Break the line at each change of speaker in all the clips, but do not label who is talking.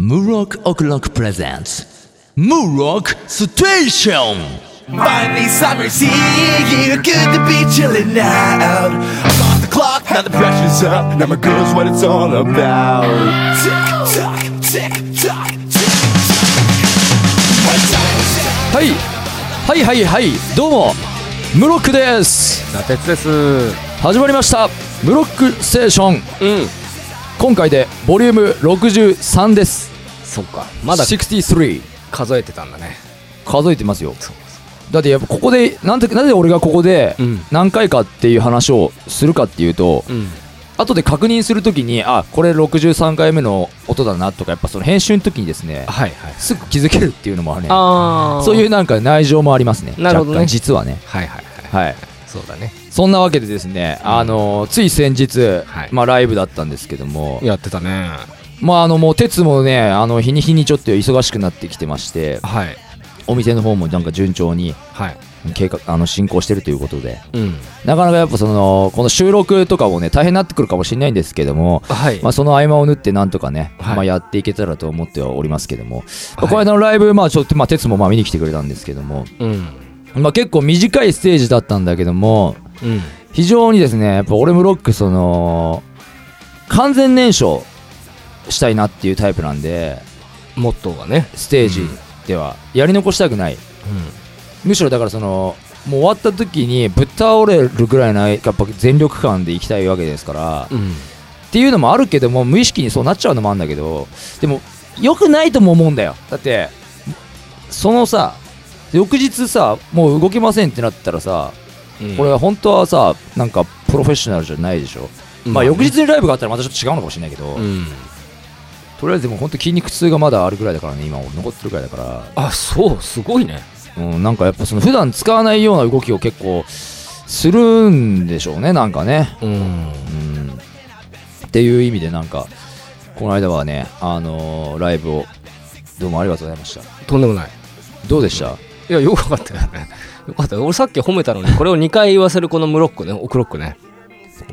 Murok O'Clock presents Murok Station!
Finally, summer's here. Good to be chilling out. I'm off the clock, now the pressure's up. Now my girl's what it's all about. Tick tock, tick tock, tick tock. What time is it?
はい、はいはいはいどうもムロックです
な鉄です
始まりましたムロックステーション、今回でボリューム63です
そっかまだ
63
数えてたんだね
数えてますよだってやっぱここでなんてなぜ俺がここで
ん
何回かっていう話をするかっていうと、
ん
後で確認するときにあこれ63回目の音だなとかやっぱその編集の時にですね
はいはい
すぐ気づけるっていうのもあるね
あ
そういうなんか内情もありますね
なるほどね
若干実はね
はいはいはい
はい
そうだね
そんなわけでですね、あのつい先日、
はい
まあ、ライブだったんですけども、
やってたね
まあ、あのもう鉄もねあの日に日にちょっと忙しくなってきてまして
はい
お店の方もなんか順調に
はい
計画あの進行してるということで
うん
なかなかやっぱそのこの収録とかもね大変になってくるかもしれないんですけども、
はい
まあ、その合間を縫ってなんとかね、
はい
まあ、やっていけたらと思ってはおりますけども、まあこの間のライブ、まあ、ちょっと、まあ、鉄もまあ見に来てくれたんですけども、
うん
まあ、結構短いステージだったんだけども
うん
非常にですねやっぱ俺もロックその完全燃焼したいなっていうタイプなんで
モットーがね
ステージではやり残したくない、むしろだからそのもう終わった時にぶっ倒れるぐらいのやっぱ全力感でいきたいわけですから、
うん
っていうのもあるけども無意識にそうなっちゃうのもあるんだけどでも良くないとも思うんだよだってそのさ翌日さもう動けませんってなったらさ
うん
これは本当はさなんかプロフェッショナルじゃないでしょ、
うん
まあ翌日にライブがあったらまたちょっと違うのかもしれないけど、
うん
とりあえずでも本当筋肉痛がまだあるぐらいだからね今俺残ってるぐらいだか
あそうすごいね
ら、うん、なんかやっぱその普段使わないような動きを結構するんでしょうねなんかね、
うん
うん、っていう意味でなんかこの間はねあのーライブをどうもありがとうございました
とんでもない
どうでした、
いやよくわかったよねよかったよ俺さっき褒めたのにこれを2回言わせるこのムロックねオクロックね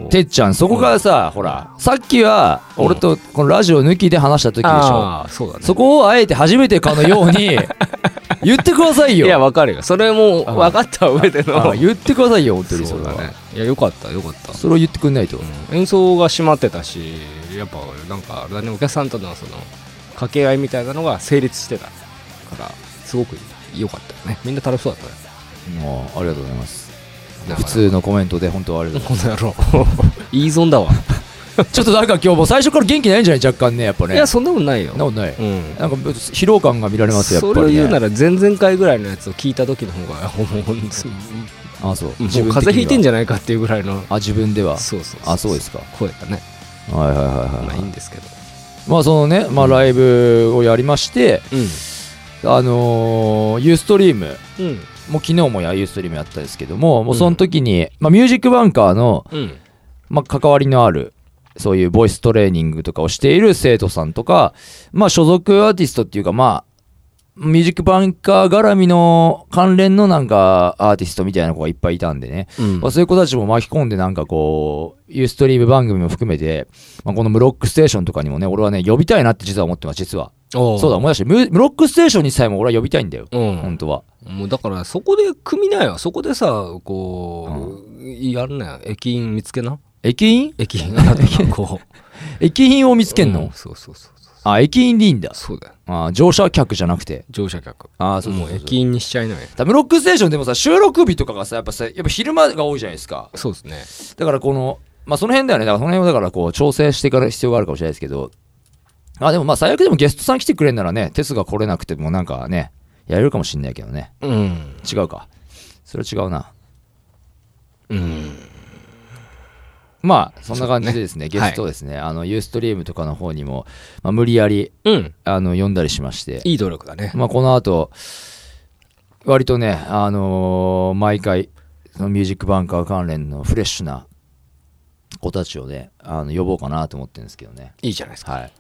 てっちゃんそこからさ、ほらさっきは俺とこのラジオ抜きで話した時でしょ、
あーそうだね
そこをあえて初めてかのよう に言ってください
い
よ。
やわかるよそれも分かった上で
あ
の
言ってくださいよ、本当にそ
そ
れ
う
は
だねいやよかったよかった
それを言ってくんないと。
演奏が閉まってたしやっぱなんかあれだねお客さんとのその掛け合いみたいなのが成立してたからすごく良かったよねみんな楽しそうだったね
もう、ありがとうございます。
だから
普通のコメントで本当ありがとうござい
この野郎 いい損だわ、
ます。 ちょっとなんか今日もう最初から元気ないんじゃない若干ね、やっぱね。
いやそんなことないよ
そんなことない。
うん
なんか疲労感が見られますよ、や
そ
っぱ
れを
り、ね。
言うなら前々回ぐらいのやつを聞いた時の方がもうもう
あそう。
風邪ひいてん
ゃ
じゃないかっていうぐらいの
あ、自分では。
そうそう
あ、そうですか。
声がね
はいはいはい
ま
は
あ
い。
いいんですけど
まあそのね、まあライブをやりまして、
う
あのー、ユーストリーム。
んうん
もう昨日もやユーストリームやったんですけども、もうその時に、まあ、ミュージックバンカーの、
うん
まあ、関わりのある、そういうボイストレーニングとかをしている生徒さんとか、まあ、所属アーティストっていうか、まあ、ミュージックバンカー絡みの関連のなんかアーティストみたいな子がいっぱいいたんでね、
うん
まあ、そういう子たちも巻き込んでなんかこう、ユーストリーム番組も含めて、まあ、このムロックステーションとかにもね、俺はね、呼びたいなって実は思ってます、実は。
おう
そうだ、思い出して、ムムロックステーションにさえも俺は呼びたいんだよ、
うん
本当は。
もうだからそこで組みなよそこでさこう、やるなよ駅員見つけな
駅員
駅員あなたがこう
駅員を見 つけんの、
うんそうそうそうそう
あ、駅員でいいんだ。
そうだよ
あ乗車客じゃなくて。
乗車客
あそうそう
も
そうう
駅員にしちゃいなよ
ダムロックステーションでもさ、収録日とかがさ、やっぱさ、やっぱ昼間が多いじゃないですか。
そうですね
だからこの、まあその辺だよね。だからその辺をだからこう、調整していから必要があるかもしれないですけど。あ、でもまあ最悪でもゲストさん来てくれんならね、テスが来れなくてもなんかね、やれるかもしんないけどね。
うん
違うか。それは違うな。
うん
まあ、そんな感じでですね、
そ
ゲ
うね
ストをですね、あの、ユーストリームとかの方にも、まあ無理やり、
うん
あの、呼んだりしまして。
いい努力だね
まあ、この後、割とね、あのー毎回、そのミュージックバンカー関連のフレッシュな子たちをね、あの呼ぼうかなと思ってるんですけどね。
いいじゃないですか
はい。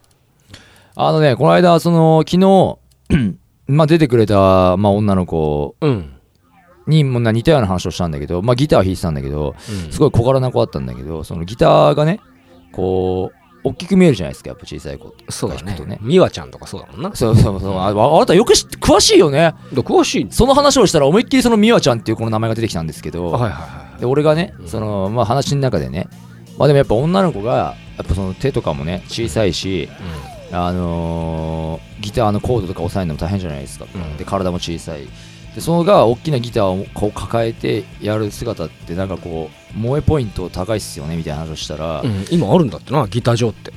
あのね、この間、その、昨日、 まあ、出てくれた、まあ、女の子
うん
にもな似たような話をしたんだけど、まあ、ギター弾いてたんだけど、
うん
すごい小柄な子だったんだけど、そのギターがね、こう、大きく見えるじゃないですか、やっぱ小さい子。
そうだ
聞
ね
くとね
美和ちゃんとかそうだもんな
そうそうそう。ああなたよく知って詳しいよね。
詳しい
その話をしたら思いっきりそのミワちゃんっていうこの名前が出てきたんですけど、
はいはいは
で俺がね、そのまあ、話の中でね、まあ、でもやっぱ女の子がやっぱその手とかもね小さいし、
い
あのーギターのコードとか押さえるのも大変じゃないですか、
うん
で体も小さいでそのが大きなギターをこう抱えてやる姿ってなんかこう萌えポイント高いっすよねみたいな話をしたら、
うん、うん今あるんだってなギター場って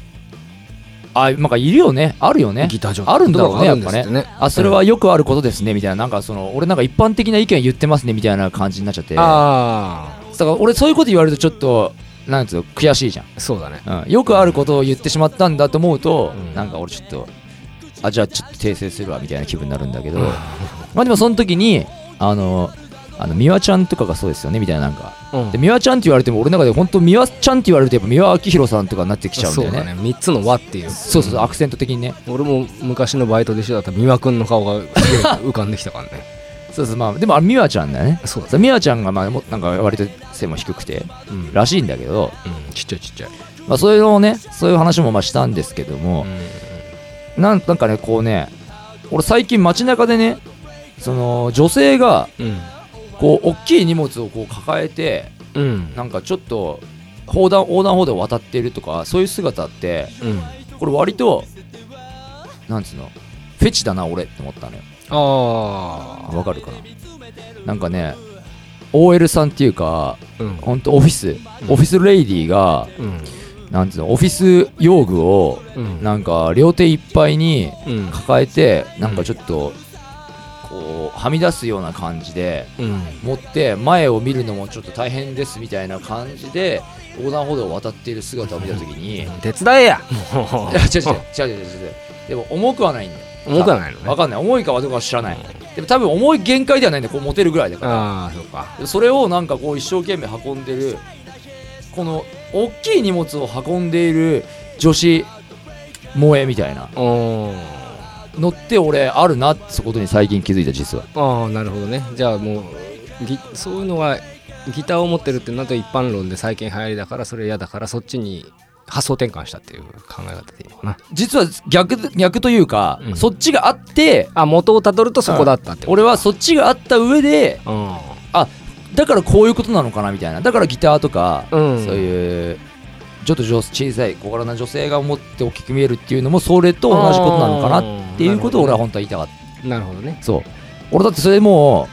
あなんかいるよねあるよね
ギター場
あるんだろうね
ギタ
や
ー
っ
場が
ぱ
あるんで
ね
すってね
あそれはよくあることですねみたいななんかその俺なんか一般的な意見言ってますねみたいな感じになっちゃって
あ
だから俺そういうこと言われるとちょっとなんつうの悔しいじゃん
あそうだね
うん、よくあることを言ってしまったんだと思うと、
うん
なんか俺ちょっとあじゃあちょっと訂正するわみたいな気分になるんだけど、まあでもその時にあのあの美和ちゃんとかがそうですよねみたいななんか
うん
で美和ちゃんって言われても俺の中で本当美和ちゃんって言われるとやっぱ美輪明宏さんとかになってきちゃうん
そ
だ
う
よね
だね3つの輪っていう
そうそうそうアクセント的にね
俺も昔のバイトで一緒だった美和くんの顔がすげえ浮かんできたからね
そうそうまあでもあれ美和ちゃんだよね
そうだ
そう美和ちゃんがまあもなんか割と背も低くて
うん
らしいんだけど、
うんちっちゃいちっちゃい
まあ、そういうのをねそういう話もまあしたんですけども、なんなんかねこうね俺最近街中でねその女性が
うん
こう大きい荷物をこう抱えて
うん
なんかちょっと横断横断歩道を渡っているとかそういう姿って
うん
これ割となんつうのフェチだな俺って思ったのよ
あ
わかるかななんかね OL さんっていうか
あうん
ほんとオフィス
うん
オフィスレイディーが
うん
なんつうのオフィス用具を
うん
なんか両手いっぱいに
うん
抱えてなんかちょっとこうはみ出すような感じで
うん
持って前を見るのもちょっと大変ですみたいな感じで横断歩道を渡っている姿を見た時にい や
手伝えや
違う違う違う違う違う違うでも重くはないんだよ
重くはないのね
分かんない重いかはどうかは知らないでも多分重い限界ではないんだよこう持てるぐらいだか
ああそうから
それをなんかこう一生懸命運んでるこの大きい荷物を運んでいる女子萌えみたいな
おー
乗って俺あるなってことに最近気づいた実は
ああなるほどねじゃあもうギそういうのがギターを持ってるってなんと一般論で最近流行りだからそれ嫌だからそっちに発想転換したっていう考え方でいいのかな
実は逆逆というか、
うん
そっちがあって
あ元をたどるとそこだったってこと
俺はそっちがあった上で
うん
あだからこういうことなのかなみたいなだからギターとか、
うん
そういうちょっと女小さい小柄な女性が持って大きく見えるっていうのもそれと同じことなのかなっていうことを俺は本当は言いたかった、
なるほどね
そう俺だってそれも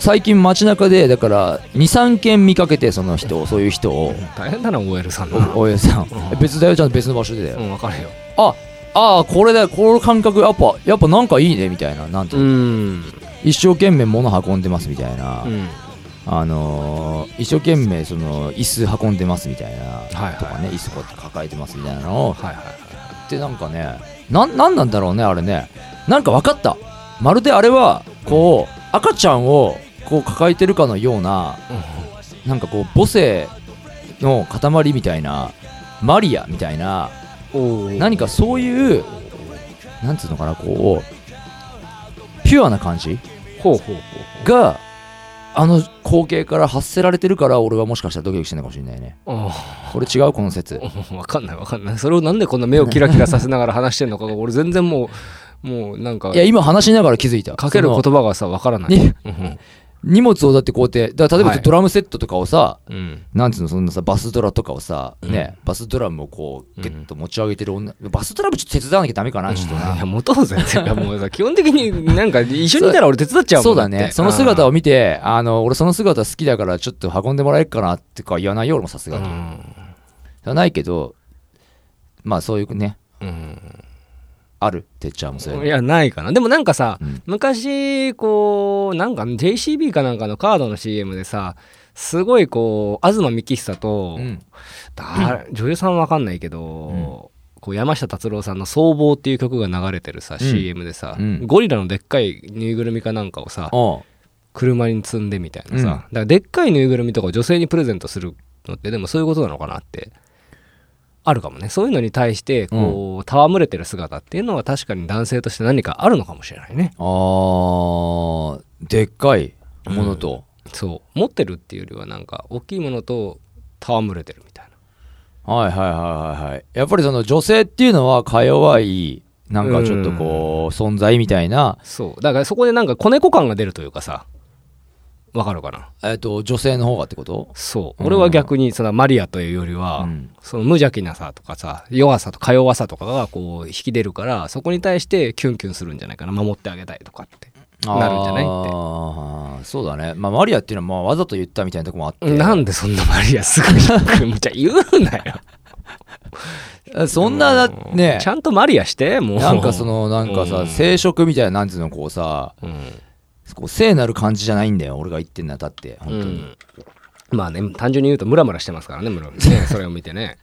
う最近街中でだから23件見かけてその人をそういう人を
大変だな OL さんの
お大江さん
うん
別だよちゃんと別の場所でだよ
うん分かるよ
あああこれだよこの感覚やっぱやっぱなんかいいねみたいななんていうの
ん
一生懸命物運んでますみたいな、
うん
あのー一生懸命その椅子運んでますみたいな、
はい
とかね椅子こうやって抱えてますみたいなのを
はいはいは
ってなんかねなんなんなんだろうねあれねなんか分かったまるであれはこう赤ちゃんをこう抱えてるかのようない
うん
なんかこう母性の塊みたいなマリアみたいな何かそういうなんつうのかなこうピュアな感じ
ほうほうほうほ
があの光景から発せられてるから俺はもしかしたらドキドキしてるのかもしれないね
ううん
これ違うこの 説
分かんない分かんないそれをなんでこんな目をキラキラさせながら話してんのかが俺全然もうもうなんか
いや今話しながら気づいた
かける言葉がさ分からない、
に
うん
その荷物をだってこうやってだから例えば
はい
ドラムセットとかをさ、
うん
なんつうのそんなさバスドラとかをさ、
うん
ねバスドラムをこうゲット
う
持ち上げてる女、バスドラムちょっと手伝わなきゃダメかなちょっと
い
な、
や元を全然もうさ基本的になんか一緒にいたら俺手伝っちゃうも
そ
ん
うだねその姿
を
を見てあの俺その姿好きだからちょっと運んでもらえるかなってか言わないよ俺もさす
う
がに、じ
ん、
ゃないけどまあそういうね
うん
あるてっちゃんもそういうの
いやないかなでもなんかさ、
うん
昔こうなんか JCB かなんかのカードの CM でさすごいこう東幹久と、
うん
だ女優さんわかんないけど、こう山下達郎さんの「総合」っていう曲が流れてるさ、
ん
CM でさ、
うん
ゴリラのでっかいぬいぐるみかなんかをさ
おう
車に積んでみたいなさ、
うん
だからでっかいぬいぐるみとかを女性にプレゼントするのってでもそういうことなのかなってあるかもねそういうのに対してこう、戯れてる姿っていうのは確かに男性として何かあるのかもしれないね
あーでっかいものと、
そう持ってるっていうよりはなんか大きいものと戯れてるみたいな
はいはいはいはいはい。やっぱりその女性っていうのはか弱い、なんかちょっとこう、存在みたいな、
そう。だからそこでなんか子猫感が出るというかさ、わかるかな
えっと、女性の方がってこと
そう。
うん
俺は逆に、そのマリアというよりは、
うん
その無邪気なさとかさ、弱さとか弱さとかがこう引き出るから、そこに対してキュンキュンするんじゃないかな。守ってあげたいとかって。なるんじゃないって
って。そうだね。まあ、マリアっていうのはまあわざと言ったみたいなとこもあって。
なんでそんなマリアすぐ にむちゃ言うなよ。
そんな、だね
ち、ゃんとマリアして、もう。
なんかその、なんか
う
さ、
ん
生殖みたいな、なんつうの、こうさ、
うん
こう聖なる感じじゃないんだよ、俺が言ってんだ、だって、本当に。
まあね、単純に言うとムラムラしてますからね、ムラムラね。それを見てね。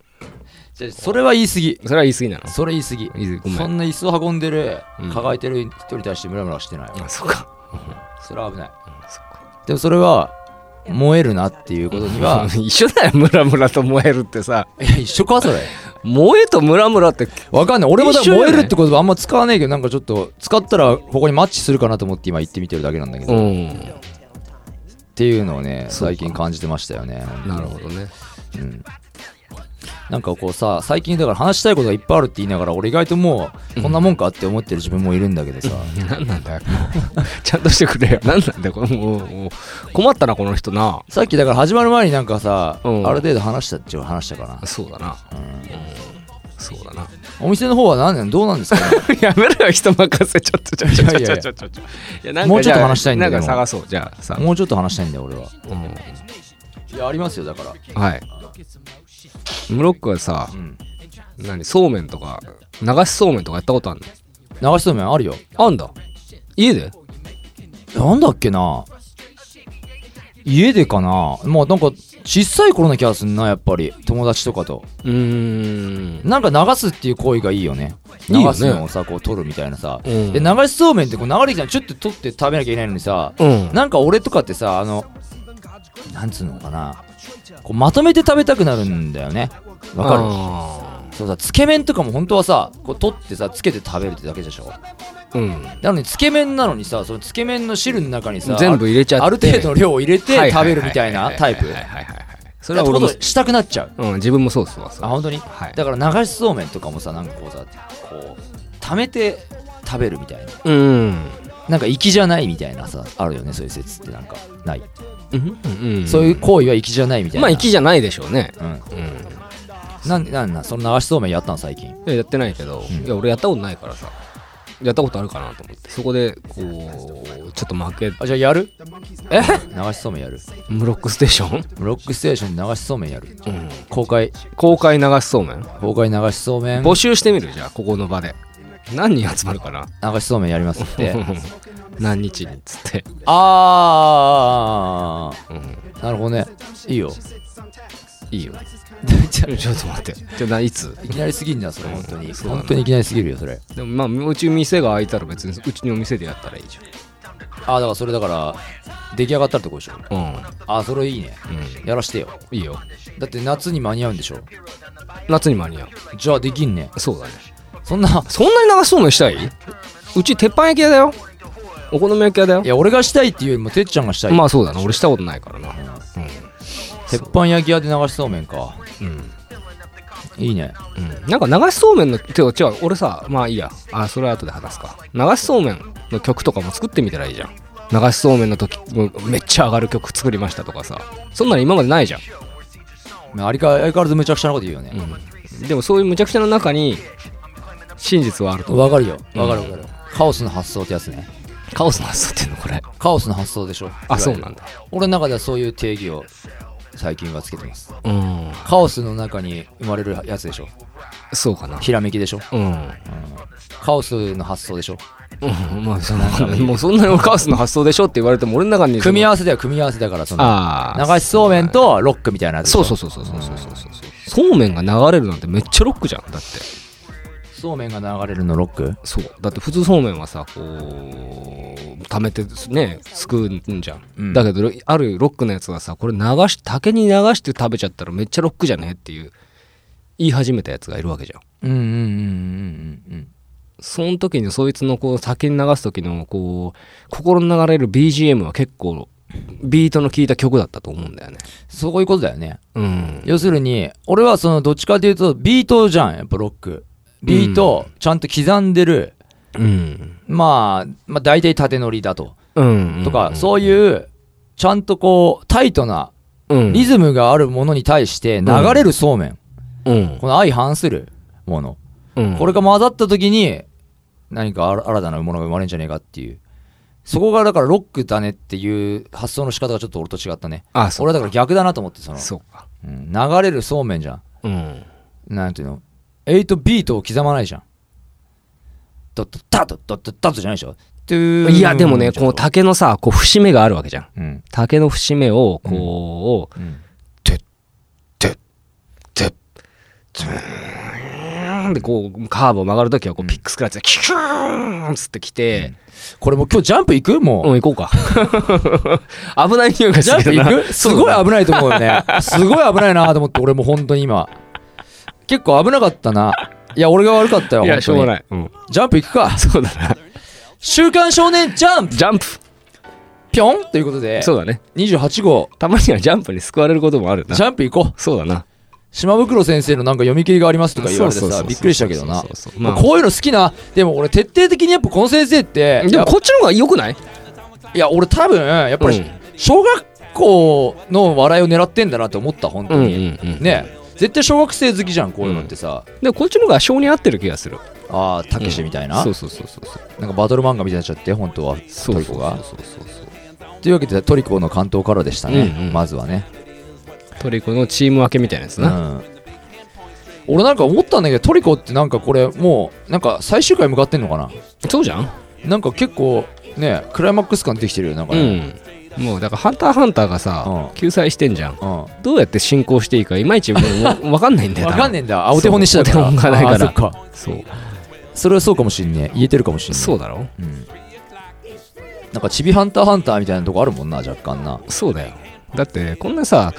じゃあそれは言い過ぎ。
それは言い過ぎなの。
それ言い過ぎ。
言い過ぎごめん
そんな椅子を運んでる
うん、
抱えてる人に対してムラムラしてないわ
あ、そうか。
それは危ない。
そっか、
でもそれは、燃えるなっていうことには
一緒だよ、ムラムラと燃えるってさ。
いや、一緒か、それ。
燃えとムラムラって、
わかんない。俺もだ
一緒じゃない
燃えるって言葉あんま使わねえけど、なんかちょっと、使ったらここにマッチするかなと思って今言ってみてるだけなんだけど、
う
っ
ん。
ていうのをね、
そうか
最近感じてましたよね。本当に
なるほどね。
なんかこうさ最近だから話したいことがいっぱいあるって言いながら俺意外ともうこんなもんかって思ってる自分もいるんだけどさ、
何なんだよ。 ちゃんとしてくれよ。何なんだよ、これもうもう。困ったな、この人な。
さっきだから始まる前になんかさ、
うん
ある程度話したっちゅう話したかな
そうだな。うんそうだな。
お店の方は何なんどうなんですか、ね、
やめろよ、人任せ。ちょっと、ちょっと、
い
ちょっと、
や
ちょ
いや
っ
い
と、
や
ちょっと。いやなんか
もうちょ
じ
っと
ゃあ
話したいんだけど
なんか探そう。じゃあさ。
もうちょっと話したいんだよ俺は
うん
いやありますよだから
はい。ムロックはさ、
ん
何そうめんとか、流しそうめんとかやったことあんの
流しそうめんあるよ
あんだ。家で
なんだっけな家でかなまあなんか小さい頃な気がすんなやっぱり友達とかと
うーん。
なんか流すっていう行為がいいよね。
いいよね
流すのをさ、こう取るみたいなさ。
うん
で、流しそうめんってこう流れてきたらちょっと取って食べなきゃいけないのにさ、
うん
なんか俺とかってさ、あの、なんつうのかな、こうまとめて食べたくなるんだよね。わかる
か
そうさ、つけ麺とかも本当はさ、こう取ってさ、つけて食べるってだけでしょ。
る。うん。
なのに、つけ麺なのにさ、そのつけ麺の汁の中にさ、
全部入れちゃって
ある程度の量を入れ
は
て
い
食
はいはい
べるみたいなタイプ。
はい
っ
はい
て
はいはい。それは
こ
俺
と
も、
したくなっちゃう。
うん、自分もそうっすわ。そ
あ
れ
本当に、
はい
だから流しそうめんとかもさなんかこうさこう溜めて食べるみたいな
うん。うん
なんか粋じゃないみたいなさあるよねそういう説ってなんかない、
うん。うん
そういう。行為は粋じゃないみたいな
まあ、息じゃないでしょうね。
うん、
うん。
なんなんなんその流しそうめんやったの最近
いややってないけど、いや俺やったことないからさやったことあるかなと思ってそこでこうちょっと負け
あじゃあやる
え
流しそうめんやる
ムロックステーション、
ロックステーションで流しそうめんやる
うん、
公開
公開流しそうめん
公開流しそうめん
募集してみるじゃあここの場で何人集まるかな
流しそうめんやりますって
何日にっつって、うん、
あーあーあーあーなるほどねいいよ
いいよ
じゃあ
ちょっと待ってじゃあないつ
いきなりすぎんじゃんそれ本当に
そうだね
本当にいきなりすぎるよそれ
でもまあうち店が開いたら別にうちの店でやったらいいじ
あだからそれだから出来上がったってことでしょ
ゃんうん
あそれいいね
うん
やらしてよ
いいよ
だって夏に間に合うんでしょ
夏に間に合う
じゃあできんね
そうだね
そんな
そんなに流しそうめんしたいうち鉄板焼き屋だよお好み焼き屋だよ
いや俺がしたいっていうよりもてっちゃんがしたい、
まあそうだな俺したことないからな
鉄板焼き屋で流しそうめんか
うん、うん
いいね
なんか流しそうめんのてか違う俺さまあいいやあそれは後で話すか流しそうめんの曲とかも作ってみたらいいじゃん流しそうめんの時もうめっちゃ上がる曲作りましたとかさそんなの今までないじゃん、
まあありか相変わらずむちゃくちゃなこと言うよね
うん、でもそういう無茶苦茶の中に真実はあると
わ、かるよわかるわかる、カオスの発想ってやつね
カオスの発想っていうのこれ
カオスの発想でしょ
あそうなんだ
俺の中ではそういう定義を最近はつけてます
うん
カオスの中に生まれるやつでしょ
そうかな
ひらめきでしょ
うん
カオスの発想でしょ
うんまあそのもうそんなにカオスの発想でしょって言われても俺の中に
組み合
わ
わせでは組み合わせだからその
ああ
流しそうめんとロックみたいなやつでし
そ
ょ
うそうそうそうそうそうそうそうそうめんが流れるなんてめっちゃロックじゃんだって
そうめんが流れるのロック
そうだって普通そうめんはさこう溜めてねすくうんじゃん、
うん
だけどあるロックのやつはさこれ流し竹に流して食べちゃったらめっちゃロックじゃねっていう言い始めたやつがいるわけじゃん
うんうんうんうんうんうん
その時にそいつのこう竹に流す時のこう心流れる BGM は結構ビートの効いた曲だったと思うんだよね。
そういうことだよね。
うん。
要するに、俺はその、どっちかというと、ビートじゃん、やっぱロック。ビート、ちゃんと刻んでる。
うん。
まあ、まあ大体縦乗りだと。
うん。
とか、そういう、ちゃんとこう、タイトな、
うん、
リズムがあるものに対して流れるそうめん。
うん。
この相反するもの。
うん。
これが混ざった時に、何か新新たなものが生まれるんじゃねえかっていう。そこがだからロックだねっていう発想の仕方がちょっと俺と違ったね。
あ、そう。
俺はだから逆だなと思って、その、
そうか。
うん流れるそうめんじゃん。
うん。
なんていうの ?8 ビートを刻まないじゃん。ドッドッタッドッドッドッタッドじゃないでしょトゥー
いや、でもね、
ちょ
こ
っ
う
と
竹のさ、こう節目があるわけじゃん。
うん。
竹の節目を、こう、
うん
てツーンでこう、カーブを曲がるときは、こう、ピックスクラッチで、キューンっつってきて、
これもう今日ジャンプ行くもう。
うん、行こうか。危ない匂いが
ジャ
す
ンプ
るな。
行くすごい危ないと思うよね。すごい危ないなと思って、俺も本当に今。結構危なかったな。いや、俺が悪かったよ。。
いや、しょうがないい。うん。
ジャンプ行くか。
そうだな。
週刊少年ジャンプ
ジャンプ
ぴょんということで、
そうだね。
28号、
たまにはジャンプに救われることもあるな
ジ。ャンプ行こう。
そうだな。
島袋先生のなんか読み切りがありますとか言われて
そうそうそう
さ、
そう
びっくりしたけどな
そうそうそう。まあ
こういうの好きな。でも俺徹底的にやっぱこの先生って、
でもこっちの方が良くない
いや、俺多分、やっぱ
う
り
ん、
小学校の笑いを狙ってんだなって思った、本当に。
うんうんうん
ね絶対小学生好きじゃん、こういうのってさ。
でもこっちの方が性に合ってる気がする。
ああ、たけしみたいな、
そうそうそうそうそう。
なんかバトル漫画みたいになっちゃって、本当は、トリコが。
そうそうそう
というわけで、トリコの関東からでしたね、
うんうん
まずはね。
トリコのチーム分けみたいなやつ
う
な、
ん。俺なんか思ったんだけど、トリコってなんかこれ、もう、なんか最終回向かってんのかな
そうじゃん
なんか結構、ね、クライマックス感出てきてるよ、なんか
う
ね。
んもうだから「ハンターハンター」がさ、
うん
救済してんじゃん
うん。
どうやって進行していいかいまいちも うわかんないんだよ
わ
な
かんねえんだ、青手本にしてたから。
そうお手本がないから
あーそっか。
そう
それはそうかもしんねえ。言えてるかもしんねえ。
そうだろ
うん。なんか、チビハンターハンターみたいなとこあるもんな、若干な。
そうだよだってこんなさ、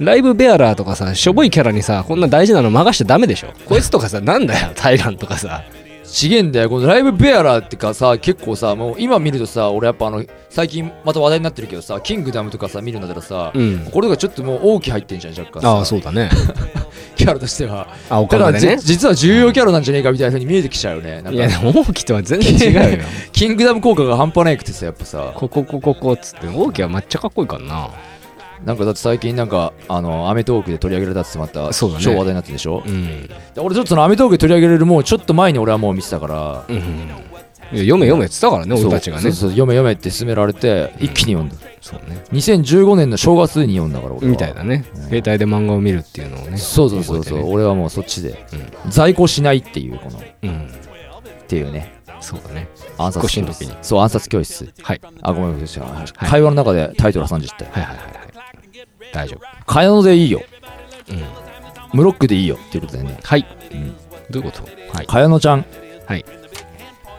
ライブベアラーとかさしょぼいキャラにさこんな大事なの任しちゃダメでしょこいつと かさなんだよタイランとかさ
ちげえんだよ。このライブベアラーってかさ、結構さ、もう今見るとさ、俺やっぱあの、最近また話題になってるけどさ、キングダムとかさ、見るんだったらさ、
うん
これとかちょっともう大き入ってんじゃん、若干さ。
ああそうだね
キャラとしては。
あお
だから、
金でね
じ実は重要キャラなんじゃねえかみたいな風に見えてきちゃうよね。なん
いや
か、
大きとは全然違うよ
キングダム効果が半端ないくてさ、やっぱさ、
こここここっつって大きはめっちゃかっこいいからな
なんかだって最近なんか、あの、アメトーークで取り上げられたってまた、
そうだね
超話題になってるでしょ、
うん
で俺ちょっとそのアメトーークで取り上げられるもうちょっと前に俺はもう見てたから、
うんいや読め読めっつったからね俺たちが
そ
ね
うそうそう読め読めって勧められて一気に読んだ
そうね
2015年の正月に読んだから俺は
みたいなね携帯で漫画を見るっていうのをね
そうそうそうそう、
覚
俺はもうそっちで、
う
在庫しないっていうこのっ
えてね
ていうね
うんそうだね
暗殺
引っ
教
越し
室
の時
そう暗殺教室
はい
あごめんなさい、会話の中でタイトル挟んじゃって
はいはいはいはい大丈夫
買い物でいいよ、
うん
ムロックでいいよっていうことでね
はいどういうことはい
茅野ちゃん
はい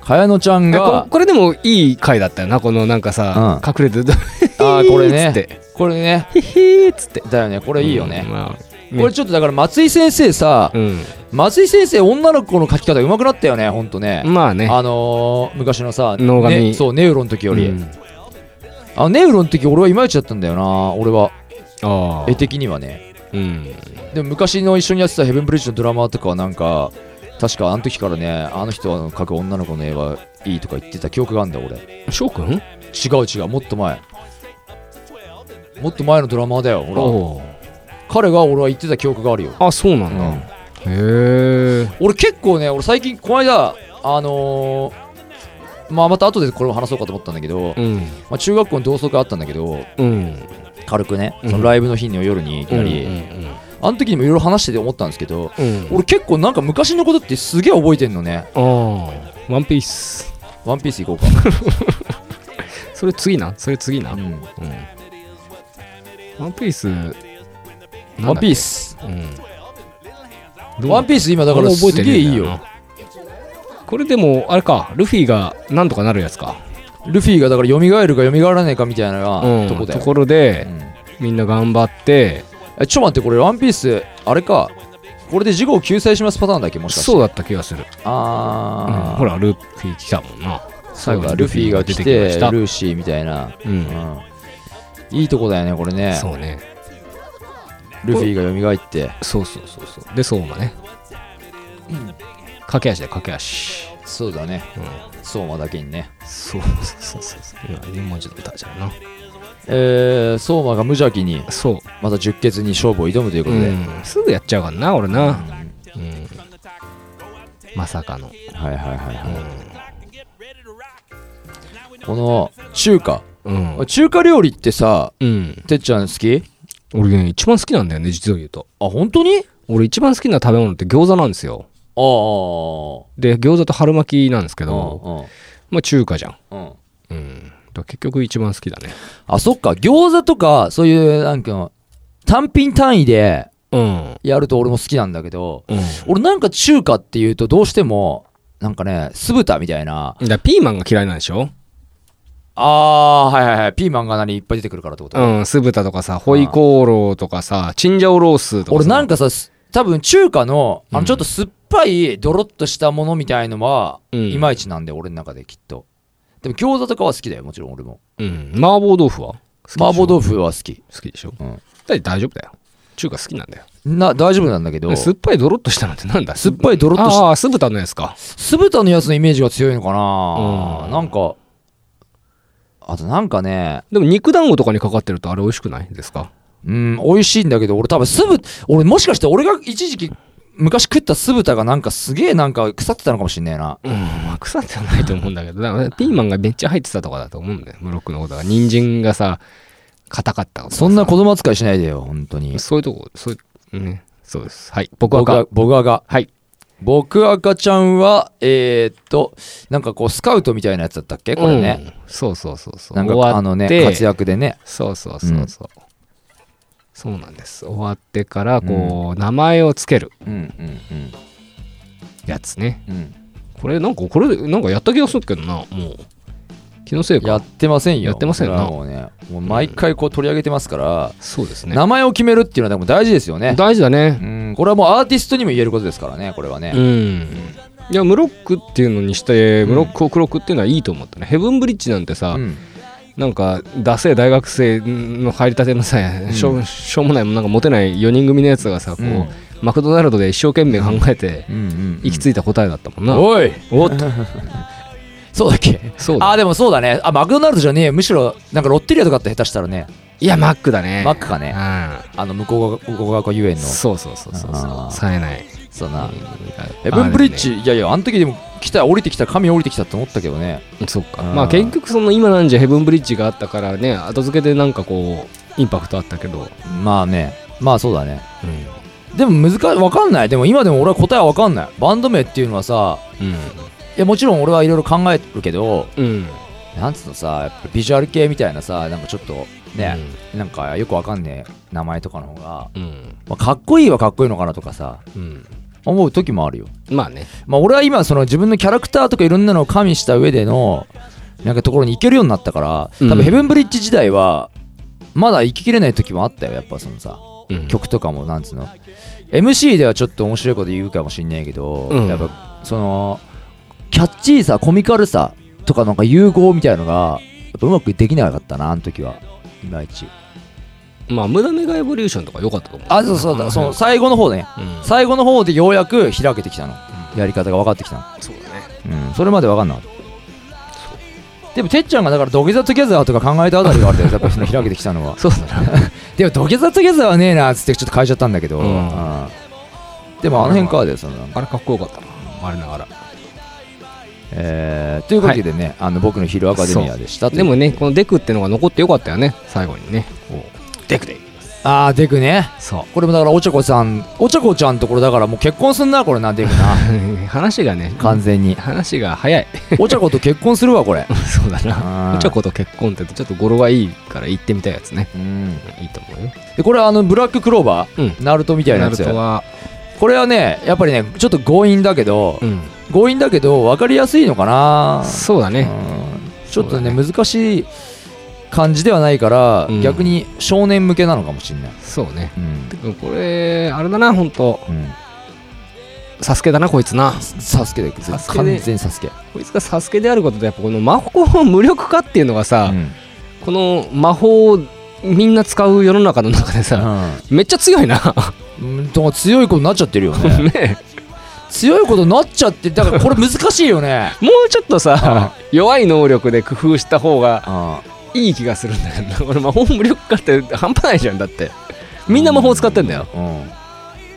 茅野ちゃん
え
が
ここれでもいい回だったよなこのなんかさ
う
隠れて
あーこ れね
つって
これね
ヒヒーっつって
だよねこれいいよね
うん、まあ
これちょっとだから松井先生さ、
うん
松井先生女の子の書き方上手くなったよねほんとね、
まあね
あのー昔のさ、
能神
ねそう、ネウロの時より。
うん
あネウロの時俺はいまいちだったんだよな、俺は、
あ
絵
ー
的にはね。
うん
でも昔の一緒にやってたヘブンブリッジのドラマとかはなんか、確かあの時からね、あの人は描く女の子の絵はいいとか言ってた記憶があるんだよ、俺。
翔くん
違う違う、もっと前。もっと前のドラマだよ、ほら。
おー
彼が俺は言ってた記憶があるよ。
あそうな
うんん
だへえ
俺結構ね、俺最近、この間、あのーまあまた後でこれを話そうかと思ったんだけど、
うん
まあ、中学校の同窓会あったんだけど、
うん
軽くね、
うん
そのライブの日の夜にいきなり、
うん
あの時にもいろいろ話してて思ったんですけど、
うん
俺結構なんか昔のことってすげえ覚えてんのね。
ああワンピース
ワンピース行こうか。
それ次なそれ次な、
う
うん
ん
ワンピース
ワンピ
ー
ー
ス、
ス。
うん、
ワンピース今だ
だ
からすげえいいよ。
これでもあれかルフィがなんとかなるやつか、
ルフィがだから蘇るか蘇らないかみたい
うん
なとこだ
と
よ。
ころで
うん
みんな頑張って
えちょ待って、これワンピース、あれか。これで事故を救済しますパターンだっけもしかして。
そうだった気がする、うん
あー。
ほらルフィ来たもんな
そう
最
だ、
後
ルフィが来
出きま
て、
した
ルーシーみたいな。
うん
うんいいとこだよねこれね
そうね
ルフィが蘇って
そうそうそうそうで相馬ね、駆け足で駆け足
そうだね
うん
相馬だけにね
そうそうそうそうそう今文字の歌じゃんな
えー、相馬が無邪気に
そう
また十決に勝負を挑むということで、
うんすぐやっちゃうからな俺な、うんまさかの、
はいはいはいはい、この中華
うん
中華料理ってさ
うん、
てっちゃん好き
俺ね一番好きなんだよね実を言うと
あ本当に
俺一番好きな食べ物って餃子なんですよ
ああ
で餃子と春巻きなんですけど、
うん
まあ中華じゃん
うんうん
うんだから結局一番好きだね
あそっか餃子とかそういうなんか単品単位で
うん
やると俺も好きなんだけど、
うん
俺なんか中華っていうとどうしてもなんかね酢豚みたいな
だからピーマンが嫌いなんでしょ
ああーはいはいはいピーマンが何いっぱい出てくるからってこと、
うん酢豚とかさホイコーローとかさチンジャオロースとかさ
俺なんかさす多分中華のあ
うん
のちょっと酸っぱいドロッとしたものみたいのは
うん
いまいちなんで俺の中できっとでも餃子とかは好きだよもちろん俺も
うん麻婆豆腐は
麻婆
腐
豆腐は好き
好きでしょ、う
う
んん、だって大丈夫だよ中華好きなんだよ
な大丈夫なんだけど
酸っぱいドロッとしたなんてなんだ
酸っぱいドロッとし
ああ酢豚のやつか
酢豚のやつのイメージが強いのかな、
うん
なんかあとなんかね
でも肉団子とかにかかってるとあれ美味しくないですか
うん美味しいんだけど俺多分酢豚俺もしかして俺が一時期昔食った酢豚がなんかすげえなんか腐ってたのかもしんねえな
うん、まあ、腐ってはないと思うんだけど、だからピーマンがめっちゃ入ってたとかだと思うんだよ、ムロックのことが。人参がさ、硬かったとかさ
そんな子供扱いしないでよ本当に
そういうとこ、そういう、ね、そうです。はい、僕は
僕
か
は、僕はが
はい。
僕赤ちゃんは、えー、っと、なんかこう、スカウトみたいなやつだったっけこれね。
うんそうそうそうそう。
なん
終わっ
か、
て
あのね、活躍でね。
そうそうそうそう。そうなんです。終わってから、こう、名前をつける
うんうん
やつね。
うんうん。
これ、なんか、これ、なんかやった気がするけどな、もう。気のせいか。
やってませんよ。
やってませんな
これはもうね、もう毎回こう取り上げてますから、
そうですね。
名前を決めるっていうのはでも大事ですよね。
大事だね
う。ん、これはもうアーティストにも言えることですからね、これはね。
うん。いや、ムロックっていうのにして、ムロックを黒くっていうのはいいと思ったね。ヘブンブリッジなんてさ、
うん
なんか、ダセえ大学生の入りたてのさ、しょうしょうもない、なんかモテない4人組のやつがさ、こう、
うん
マクドナルドで一生懸命考えて、
うんうん
行き着いた答えだったもんな。
おい
お っと、
そうだっけ
そう
あ
だ。
ーでもそうだねあマクドナルドじゃねえむしろなんかロッテリアとかって下手したらね
いや、マックだね。
マックかねあの向こう側向こう側遊園
う
の
ん。そうそうそうそう
あ
そ
ー
う。冴えない。
そうだな
ヘ
ヘブンブリッジ、いやいや、あの時でも来た、降りてきた、神降りてきたって思ったけどね。
そっか
うん
まあ結局その今なんじゃヘブンブリッジがあったからね後付けでなんかこうインパクトあったけど、
まあね、まあそうだね。でも難しい、わかんない。でも今でも俺は答えはわかんない。バンド名っていうのはさ、
うん
いやもちろん俺はいろいろ考えるけど、
うん
なんつうのさ、やっぱビジュアル系みたいなさ、なんかちょっとね、なんかよくわかんねえ名前とかの方が、
うん
まあ、かっこいいはかっこいいのかなとかさ、
うん
思う時もあるよ。
まあね
まあ俺は今その自分のキャラクターとかいろんなのを加味した上でのなんかところに行けるようになったから
うん
多分ヘブンブリッジ時代はまだ行ききれない時もあったよやっぱそのさ
うん
曲とかもなんつうの MC ではちょっと面白いこと言うかもしんないけど、
うん
やっぱそのキャッチーさコミカルさとかなんか融合みたいのがやっぱうまくできなかったなあの時はいまいち
まあ無駄メガエボリューションとか良かったと思う
あそうそうだその最後の方だね
うん
最後の方でようやく開けてきたのやり方が分かってきたの
そうだね
うん、それまで分かんなかったでもてっちゃんがだから土下座トゥギャザーとか考えたあたりがあれだよ やっぱその開けてきたのは
そうだな
でも土下座トゥギャザーはねえなっつってちょっと変えちゃったんだけど、
うん
うんでもあの辺からだよそのなんか
あれかっこよかったな我ながら
えーというわけでね、あの僕の「昼アカデミア」でしたという
でもねこのデクってのが残ってよかったよね最後にねこうデクで
ああデクね
そ
これもだからおちょこさんおちょこちゃんとこれだからもう結婚すんなこれなデクな
う 話がね
完全に
話が早い
おちょこと結婚するわこれ
そうだ
うん
なちょこと結婚ってちょっと語呂がいいから行ってみたいやつね
うん
いいと思うよ
でこれはあのブラッククローバー、
うん
ナルトみたいな
ナ
や
ル
つ
トは
これはねやっぱりねちょっと強引だけど、
うん
強引だけど分かりやすいのかな、
そうだね
うんちょっとね
そう
難しい感じではないから、
うん
逆に少年向けなのかもしれない、
そうね
うん
でもこれあれだな本当
うん、
サスケだなこいつな
サスケで
サスケ
完
で
全サスケ、
こいつがサスケであることでやっぱこの魔法の無力化っていうのがさ、
うん
この魔法みんな使う世の中の中でさ、めっちゃ強いな
うん、だから強いことになっちゃってるよね
ね
強いことになっちゃってだからこれ難しいよね
もうちょっとさ弱い能力で工夫した方が
うん
いい気がするんだよな 俺魔法無力化って半端ないじゃんだってみんな魔法使ってんだよ
うん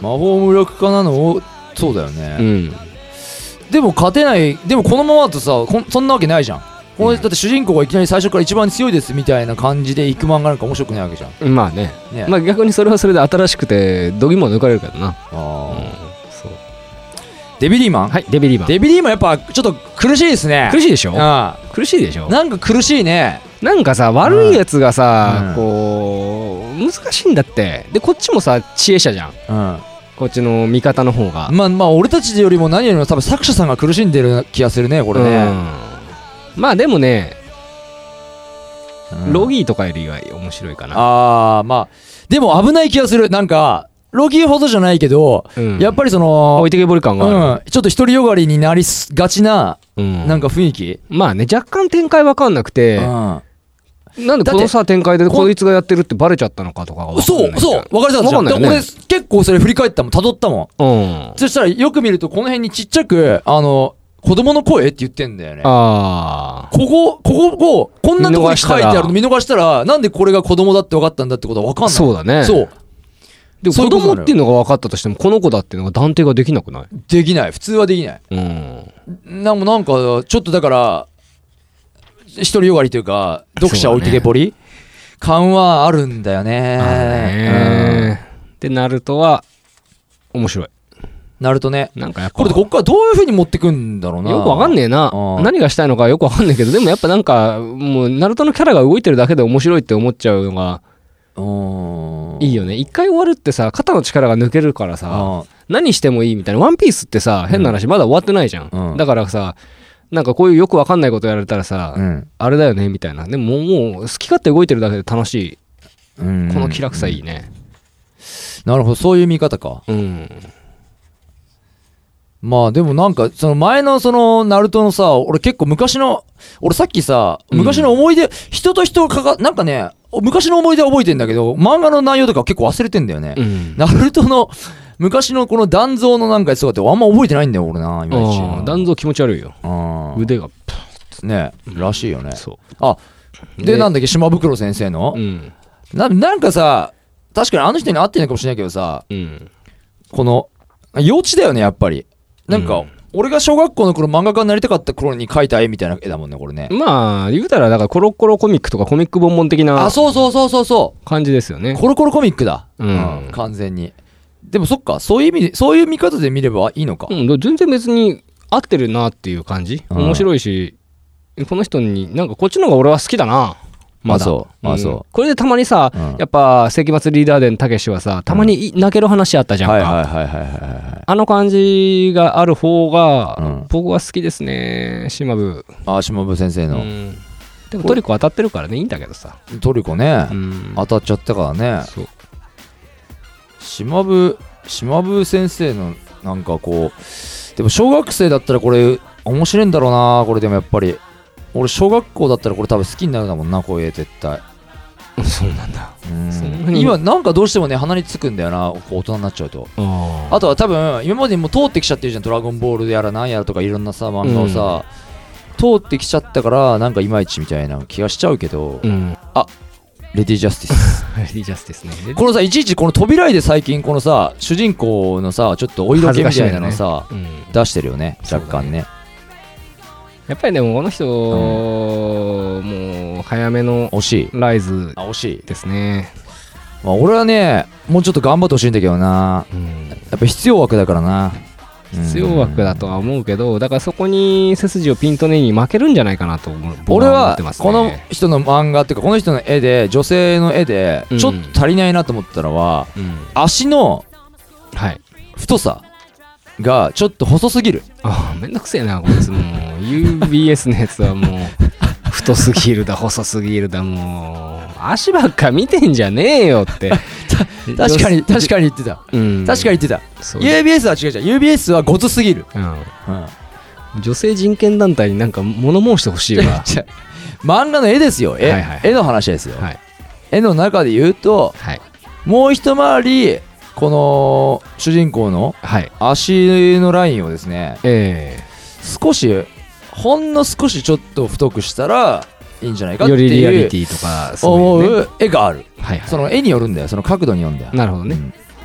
魔法無力化なのをそうだよ
う
ね、
ん
でも勝てないでもこのままだとさこんそんなわけないじゃんこれだって主人公がいきなり最初から一番強いですみたいな感じでいく漫画なんか面白くないわけじゃん、
まあね
ね
まあ逆にそれはそれで新しくて度肝を抜かれるけどな
あー
そう
デビリーマン、
はいデビリーマン
デビリーマンやっぱちょっと苦しいですね
苦
しい
しいでしょ
あ
苦しいでしょ
なんか苦しいね
なんかさ悪いやつがさ、
うん
こう難しいんだってでこっちもさ知恵者じゃん
うんま
こっちの味方の方が、
あまあ俺たちよりも何よりも多分作者さんが苦しんでる気がするねこれね、
うんまあでもね、
うん
ロギーとかよりは面白いかな、
ああまあでも危ない気がするなんかロギーほどじゃないけど、
うん
やっぱりそ
あ
の
置いてけぼり感があ
うん、ちょっと独りよがりになりすがちな、
る、うん
なんか雰囲気、
まあね若干展開わかんなくて、
うん
なんでこのさ展開で
こん
こいつがやってるってバレちゃったのかとかがわかんない
そうそう分かりたか
わかん
った
ないよね
俺結構それ振り返ったもん辿ったもん
うん
そしたらよく見るとこの辺にちっちゃくあの子供の声って言ってんだよね
ああ
ここ、ここを、こんなとこに書いてあるの
見
見逃したら、なんでこれが子供だって分かったんだってことは分かんない。
そうだね
そう。
でも
そうい
子
うことなのよ
供っていうのが分かったとしてもこの子だっていうのが断定ができなくない
できない。普通はできない。
うん
なんなんか、ちょっとだから、一人よがりというか、読者置いてけぼり、感はあるんだよね。
ねえでナルトは面白い
うんなるとね。
なんかやっぱ
これでこっからどういう風に持ってくんだろうな。
よくわかんねえな
うん
何がしたいのかよくわかんないけどでもやっぱなんかもうナルトのキャラが動いてるだけで面白いって思っちゃうのが
うーん。
いいよね一回終わるってさ肩の力が抜けるからさ
あ
何してもいいみたいなワンピースってさ変な話まだ終わってないじゃん、
うん
だからさなんかこういうよくわかんないことやられたらさ、
うん。
あれだよねみたいなでももう好き勝手動いてるだけで楽し
うん
いこの気楽さいいね
なるほど、そういう見方か。
うん、
まあでもなんか、その前のその、ナルトのさ、俺結構昔の、俺さっきさ、
うん
昔の思い出、人と人をかか、なんかね、昔の思い出は覚えてんだけど、漫画の内容とか結構忘れてんだよね。
うん
ナルトの、昔のこの断像のなんかやつとかってあんま覚えてないんだよ、俺な、いまいち。
あー断臓気持ち悪いよ
うん
腕がプ
ねらしいよね
ッ。そ
あ、で、
で
なんだっけ、島袋先生の
うう、ん
ななんかさ、確かにあの人に会ってないかもしれないけどさ、
うん
この、幼稚だよね、やっぱり。なんか、
うん
俺が小学校の頃漫画家になりたかった頃に描いた絵みたいな絵だもんね、これね。
まあ言うたらだからコロコロコミックとかコミックボンボン的
あ、
な
そうそうそうそうそう。
感じですよね
コロコロコミックだ。
うん
完全に。でもそっか、そういう意味で、そういう見方で見ればいいのか。
うん、だから全然別に合ってるなっていう感じ
うん
面白いしこの人になんかこっちの方が俺は好きだなまだ
あそうあ
ん
そう
これでたまにさ、
うん
やっぱ世紀末リーダー伝たけしはさたまにい泣ける話あったじゃんか、
はいはいはいはいはいはい。
あの感じがある方が、
うん
僕は好きですね島部、
あ、島部先生
う
の、
ん、でもトリコ当たってるからねいいんだけどさ、
トリコね、
うん
当たっちゃったからね。
そう
島部、島部先生の、なんかこう、でも小学生だったらこれ、面白いんだろうな、これでもやっぱり。俺、小学校だったらこれ多分好きになるだもんな、こういう絵絶対。
そうなんだそんなに
今なんかどうしてもね鼻につくんだよなこう大人になっちゃうと
あ
あとは多分今までにもう通ってきちゃってるじゃん「ドラゴンボール」やらなんやらとかいろんなさ漫画をさ、通ってきちゃったからなんかいまいちみたいな気がしちゃうけど、
うん
レディ・ジャスティス
リジャスですね
このさいちいちこの扉絵で最近このさ主人公のさちょっとお色気みたいなのさ、
うん
出してるよね若干ね
やっぱりでもこの人、もう早めの
惜しい
ライズ
あ惜しい、
ですね。
まあ、俺はねもうちょっと頑張ってほしいんだけどなやっぱ必要枠だからな
必要枠だとは思うけど、だからそこに背筋をピンとねに負けるんじゃないかなと思う。僕
俺
思っ
は
てますね
この人の漫画っていうかこの人の絵で女性の絵で
うん
ちょっと足りないなと思ったのは、
うん
足の
はい。
太さがちょっと細すぎる
ああ、めんどくせえな、こいつもう。UBS のやつはも う、太すぎるだ、細すぎるだ、もう、足ばっか見てんじゃねえよって。
確かに確かに言ってた、
うん
確かに言ってた
そう
UBS は違うじゃん UBS はごつすぎる、
うん
うん、
女性人権団 体になんか物申してほしいわ。
漫画の絵ですよ絵、
はいはい
絵の話ですよ、
はい。
絵の中で言うと
はい。
もう一回りこの主人公の
はい。
足のラインをですね
え
少しほんの少しちょっと太くしたらいいんじゃない
え
かって
よりリア
い
リ
う
ティとか、
思
そういうね。
う絵がある
はいはい。
その絵によるんだよその角度によるんだよ
なるほどね。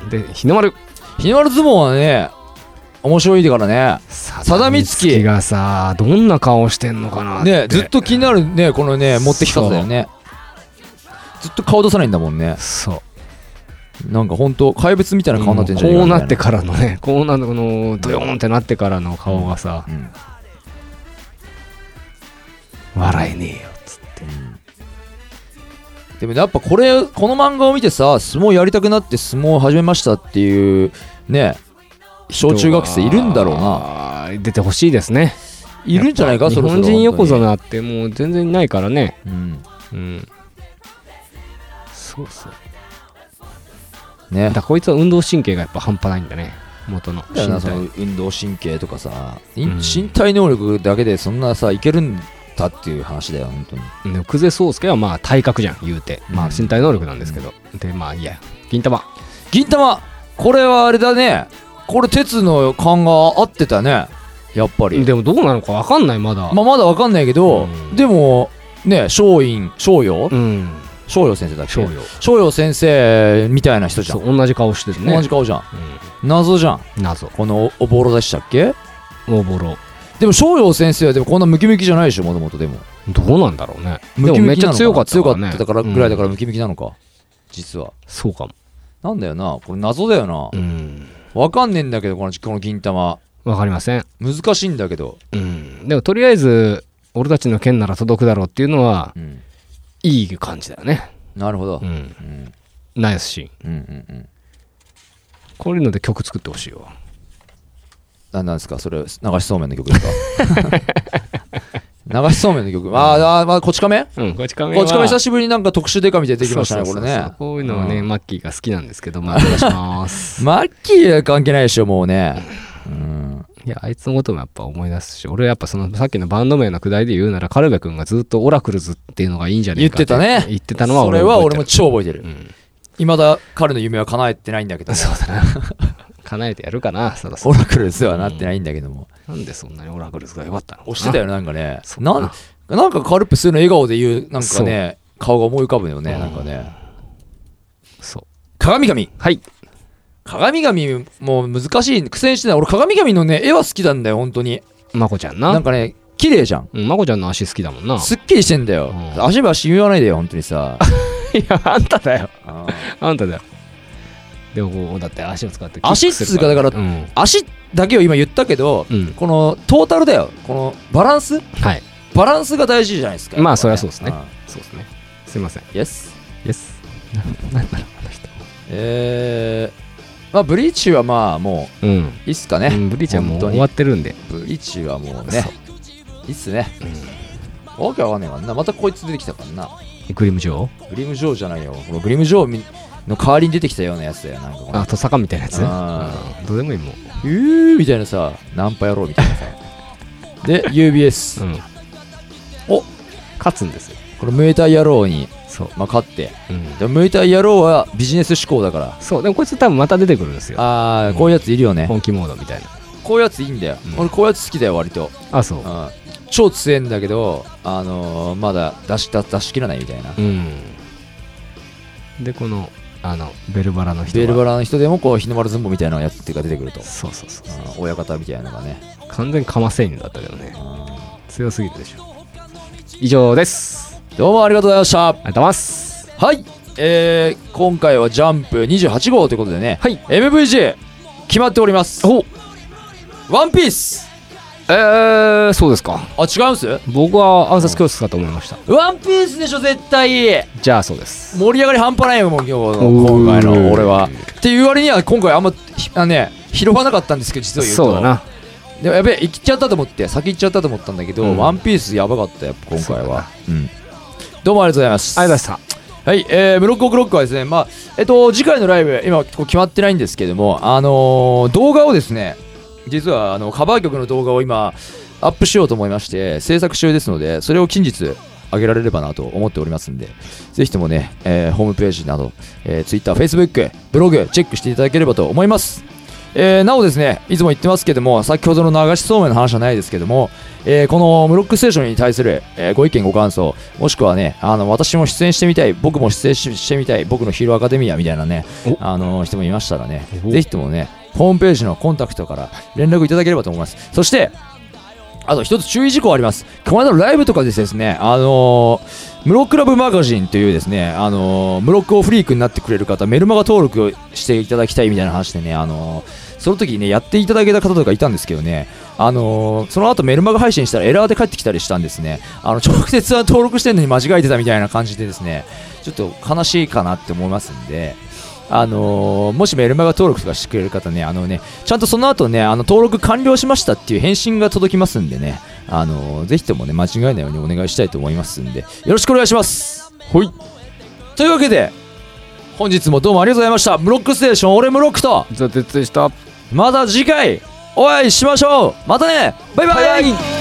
で、日の丸。
日の丸相撲はね面白いからね
さ
だみつき
がさ、どんな顔してんのかなって。
ねずっと気になるねこのね持ってき方だよねずっと顔出さないんだもんね
そう。
なんかほんと怪物みたいな顔になってんじゃねえ
こ
か
う
みた
ないってからのね、こうなの、この、ドヨーンってなってからの顔がさ、
うん
笑えねえよ。
でもやっぱこれこの漫画を見てさ相撲やりたくなって相撲を始めましたっていうね小中学生いるんだろうな
な。出てほしいですね。
いるんじゃないか
日
そろそろ
本人横綱ってもう全然ないからね。
うん
うん。そうそう。
ね
だからこいつは運動神経がやっぱ半端ないんだね。元の
だよなその
身
運動神経とかさ、い
うん
身体能力だけでそんなさいけるんだっていう話だよ本当に
体。で、久世宗介はまあ体格じゃん、言うて。まあ
うん
身体能力なんですけど。で、まあいいや。銀玉。
銀玉これはあれだねこれ鉄の勘が合ってたねやっぱり
でもどうなのかわかんない、まだ。
まあ、まだわかんないけど、
うん
でもね松陰松陽
うん。
松陽先生だっけ
そうよ。
松陽先生みたいな人じゃ
そ
ん、
う、同じ顔してるね。
同じ顔じゃん謎じゃん
うん。謎。
このおぼろ出したっけ
大ボロ。
でも松陽先生はでもこんなムキムキじゃないでしょもともとでも
どうなんだろうね。
ムキムキ
でもめっち
な
ゃ
のかな
強かった
強
か
からっ
ね。
たからぐらいだから
うん
ムキムキなのか、実は
そうかも。
なんだよなこれ謎だよな
うん。
わかんねえんだけどこのこの銀玉
わかりません。
難しいんだけど、
うん。でもとりあえず、俺たちの剣なら届くだろうっていうのは
う、ん、
いい感じだよね。
なるほど、
う
う、
んん。
うん
ナイスシーン。
うんうん
こういうので曲作ってほしいわ。
なんなんですかそれ流しそうめんの曲ですか 流しそうめんの曲あーあーまあこち亀
うん。こち亀
こち亀久
し
しぶりになんか特殊デカみたいにできましたねこれね
こういうのはね、
ん
マッキーが好きなんですけど、まあ、お願いし ます。
マッキーは関係ないでしょもうねうん
いや、あいつのこともやっぱ思い出すし、俺はやっぱその、さっきのバンド名のくだりで言うなら、カルベ君がずっとオラクルズっていうのがいいんじゃねえ
言っ
かって
てたね
言ってたのは
そ
俺
れは俺も
覚
超覚えてる、
えてる。
未だ彼の夢は叶えてないんだけど
うん。そうだな。叶えてやるかな、そろそ
オ
ろ。
ラクルズはなってないんだけども、
なんでそんなにオラクルズが良かったのかな
押してたよねなんかね
そう
なんなんかカルプスの笑顔で言うなんか
そう
ね顔が思い浮かぶよね
うん
なんかね
そ
鏡神
う。はい。
鏡神もう難しい苦戦してない俺鏡神のね絵は好きなんだよ本当に
まこちゃんな。
なんかね綺麗じゃん
うん、まこちゃんの足好きだもんな。い
すっきりしてんだよ
うん
足は足言わないでよ本当 にさ
や、あんただよ。
あー
あんただよ。でもこう、だって足を使ってキック
足っ
す
つう
る
かだから
うん。
足だけを今言ったけど
うん。
このトータルだよこのバランス
はい。
バランスが大事じゃないですか
まあ
やっぱ
そりゃそうですね
ん
そうですね。すいません。
イエス
イエス。なんだろう、あの人。
えーまあブリーチはまあも
うん。
ういいっすかね、
うんブリちゃんもう
本当に
終わってるんで。
ブリーチはもうね
そ、
いいっすね。わけわかんないからな。またこいつ出てきたからな。
グリムジョー
グリム・ジョーじゃないよ。このグリム・ジョーみの代わりに出てきたようなやつだよ。なんかこ
あ、
の、
トサカみたいなやつ
あ
うんどうでもいいもん。
うーみたいなさ、ナンパ野郎みたいなさ。で、UBS。
うん。
お
勝つんですよ。
このムエタイ野郎に、
そう。
まあ、勝って。
うん。
でもムエタイ野郎はビジネス志向だから。
そう。でもこいつ多分また出てくるんですよ。
あー、こういうやついるよね。
本気モードみたいな。
こういうやついいんだよ。
うん
俺こういうやつ好きだよ、割と。
あ、そう
う。ん。超強えんだけど、あのー、まだ出し出し切らないみたいな。
うん。で、この、あの、ベルバラの人
ベ
は
ルバラの人でもこう日の丸相撲みたいなやつっていうか出てくると
そうそうそう。
うん親方みたいなのがね
完全かませ犬だったけどね
う。ん
強すぎるでしょ。以上です。
どうもありがとうございました
ありがとうございます。
はいえー、今回はジャンプ28号ということでね、
はい。
MVG 決まっております
お
ワンピース
えー、そうですか。
あ違うんす
僕は暗殺教室かと思いました。
ワンピースでしょ絶対
じゃあそうです。
盛り上がり半端ないよもう今日の
おー
今回の俺はっていう割には今回あんまひあのね拾わなかったんですけど実は言うと
そうだな。
でもやべえ行っちゃったと思って先行っちゃったと思ったんだけど、
うん
ワンピースやばかったよ今
そう
回
だ
は
な
うんどうもありがとうございます
ありがとうございまし
はい、えー、ブロックオクロックはですね、まあ、えっと、次回のライブ、今、こう決まってないんですけども、あのー動画をですね、実は、あの、カバー曲の動画を今、アップしようと思いまして、制作中ですので、それを近日、上げられればなと思っておりますんで、ぜひともね、えーホームページなど、えー、Twitter、Facebook、ブログ、チェックしていただければと思います。えーなおですね、いつも言ってますけども、先ほどの流しそうめんの話じゃないですけども、えーこのムロックステーションに対する、えーご意見、ご感想、もしくはね、あの私も出演してみたい、僕も出演ししてみたい、僕のヒーローアカデミアみたいなね、あの人もいましたらね、
お
ぜひともね、ホームページのコンタクトから連絡いただければと思います。そして、あと一つ注意事項あります。この間のライブとかでですね、あのー、ムロクラブマガジンというですね、あのー、ムロクをフリークになってくれる方、メルマガ登録をしていただきたいみたいな話でね、あのー、その時にね、やっていただけた方とかいたんですけどね、あのー、その後メルマガ配信したらエラーで帰ってきたりしたんですね、あの、直接は登録してんのに間違えてたみたいな感じでですね、ちょっと悲しいかなって思いますんで、あのーもしメルマガ登録とかしてくれる方ね、あのね、ちゃんとその後ね、あの登録完了しましたっていう返信が届きますんでね、あのーぜひともね、間違えないようにお願いしたいと思いますんで、よろしくお願いします。はい。というわけで、本日もどうもありがとうございました。ブロックステーション、俺ムロックと、
ザ・鉄でした
また次回、お会いしましょうまたねバイバイ